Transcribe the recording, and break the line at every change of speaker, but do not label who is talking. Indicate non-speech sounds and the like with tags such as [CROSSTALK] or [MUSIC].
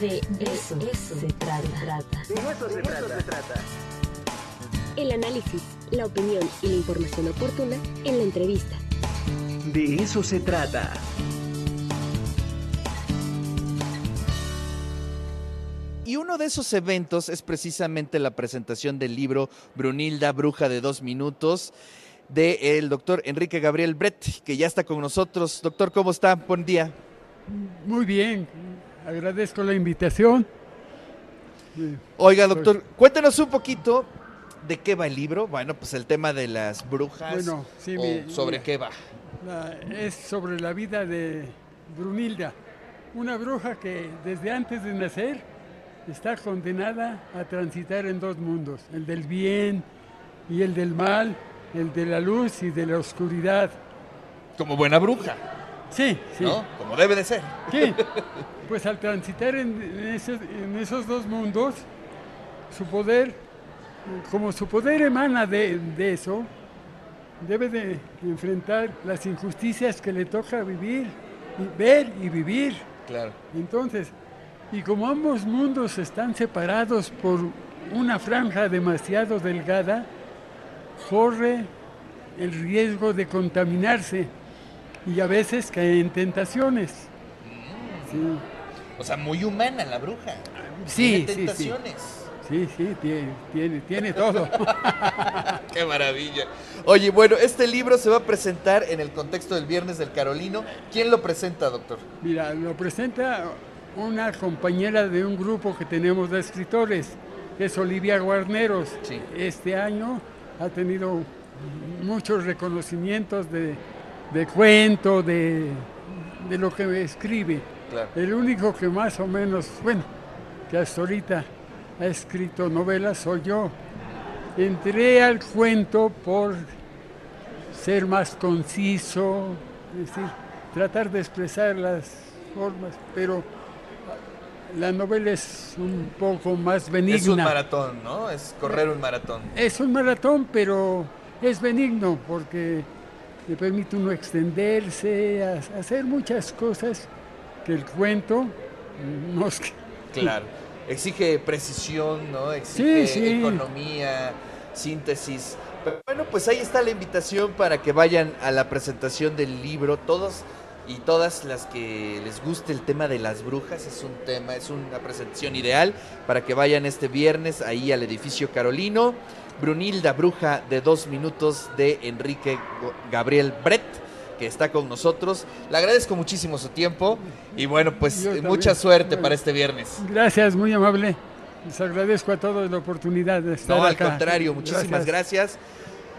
De eso, eso se trata.
De eso se trata.
El análisis, la opinión y la información oportuna en la entrevista.
De eso se trata.
Y uno de esos eventos es precisamente la presentación del libro Brunilda, Bruja de dos Minutos, del doctor Enrique Gabriel Brett, que ya está con nosotros. Doctor, ¿cómo está? Buen día.
Muy bien, agradezco la invitación. Eh,
Oiga, doctor, cuéntenos un poquito de qué va el libro. Bueno, pues el tema de las brujas.
Bueno, sí,
o
mi-
sobre
mi-
qué va.
la- es sobre la vida de Brunilda, una bruja que desde antes de nacer está condenada a transitar en dos mundos, el del bien y el del mal, el de la luz y de la oscuridad.
Como buena bruja,
Sí, sí.
¿no? Como debe de ser.
Sí, pues al transitar en, en ese- en esos dos mundos, su poder, como su poder emana de, de eso, debe de enfrentar las injusticias que le toca vivir, y ver y vivir.
Claro.
Entonces, y como ambos mundos están separados por una franja demasiado delgada, corre el riesgo de contaminarse y a veces cae en tentaciones. Sí.
O sea, muy humana la bruja. Mm.
Sí,
Tiene
sí, sí.
tentaciones.
Sí, sí, tiene, tiene,
[LAUGHS]
tiene todo.
Qué maravilla. Oye, bueno, este libro se va a presentar en el contexto del Viernes del Carolino. ¿Quién lo presenta, doctor?
Mira, lo presenta una compañera de un grupo que tenemos de escritores, que es Olivia Guarneros.
Sí.
Este año ha tenido muchos reconocimientos de, de cuento, de, de lo que escribe.
Claro.
El único que más o menos, bueno, que hasta ahorita ha escrito novelas soy yo. Entré al cuento por ser más conciso, es decir, tratar de expresar las formas, pero la novela es un poco más benigna.
Es un maratón, ¿no? Es correr un maratón.
Es un maratón, pero es benigno porque le permite uno extenderse, a- hacer muchas cosas que el cuento mm, nos...
Claro. Exige precisión, ¿no? Exige
Sí, sí.
economía, síntesis. Pero bueno, pues ahí está la invitación para que vayan a la presentación del libro. Todos y todas las que les guste el tema de las brujas es un tema, es una presentación ideal para que vayan este viernes ahí al edificio Carolino. Brunilda Bruja de dos minutos de Enrique Go- Gabriel Brett que está con nosotros. Le agradezco muchísimo su tiempo y bueno, pues
Yo
eh,
también.
mucha suerte
Bueno.
para este viernes.
Gracias, muy amable. Les agradezco a todos la oportunidad de estar
No, al
acá.
contrario, muchísimas gracias.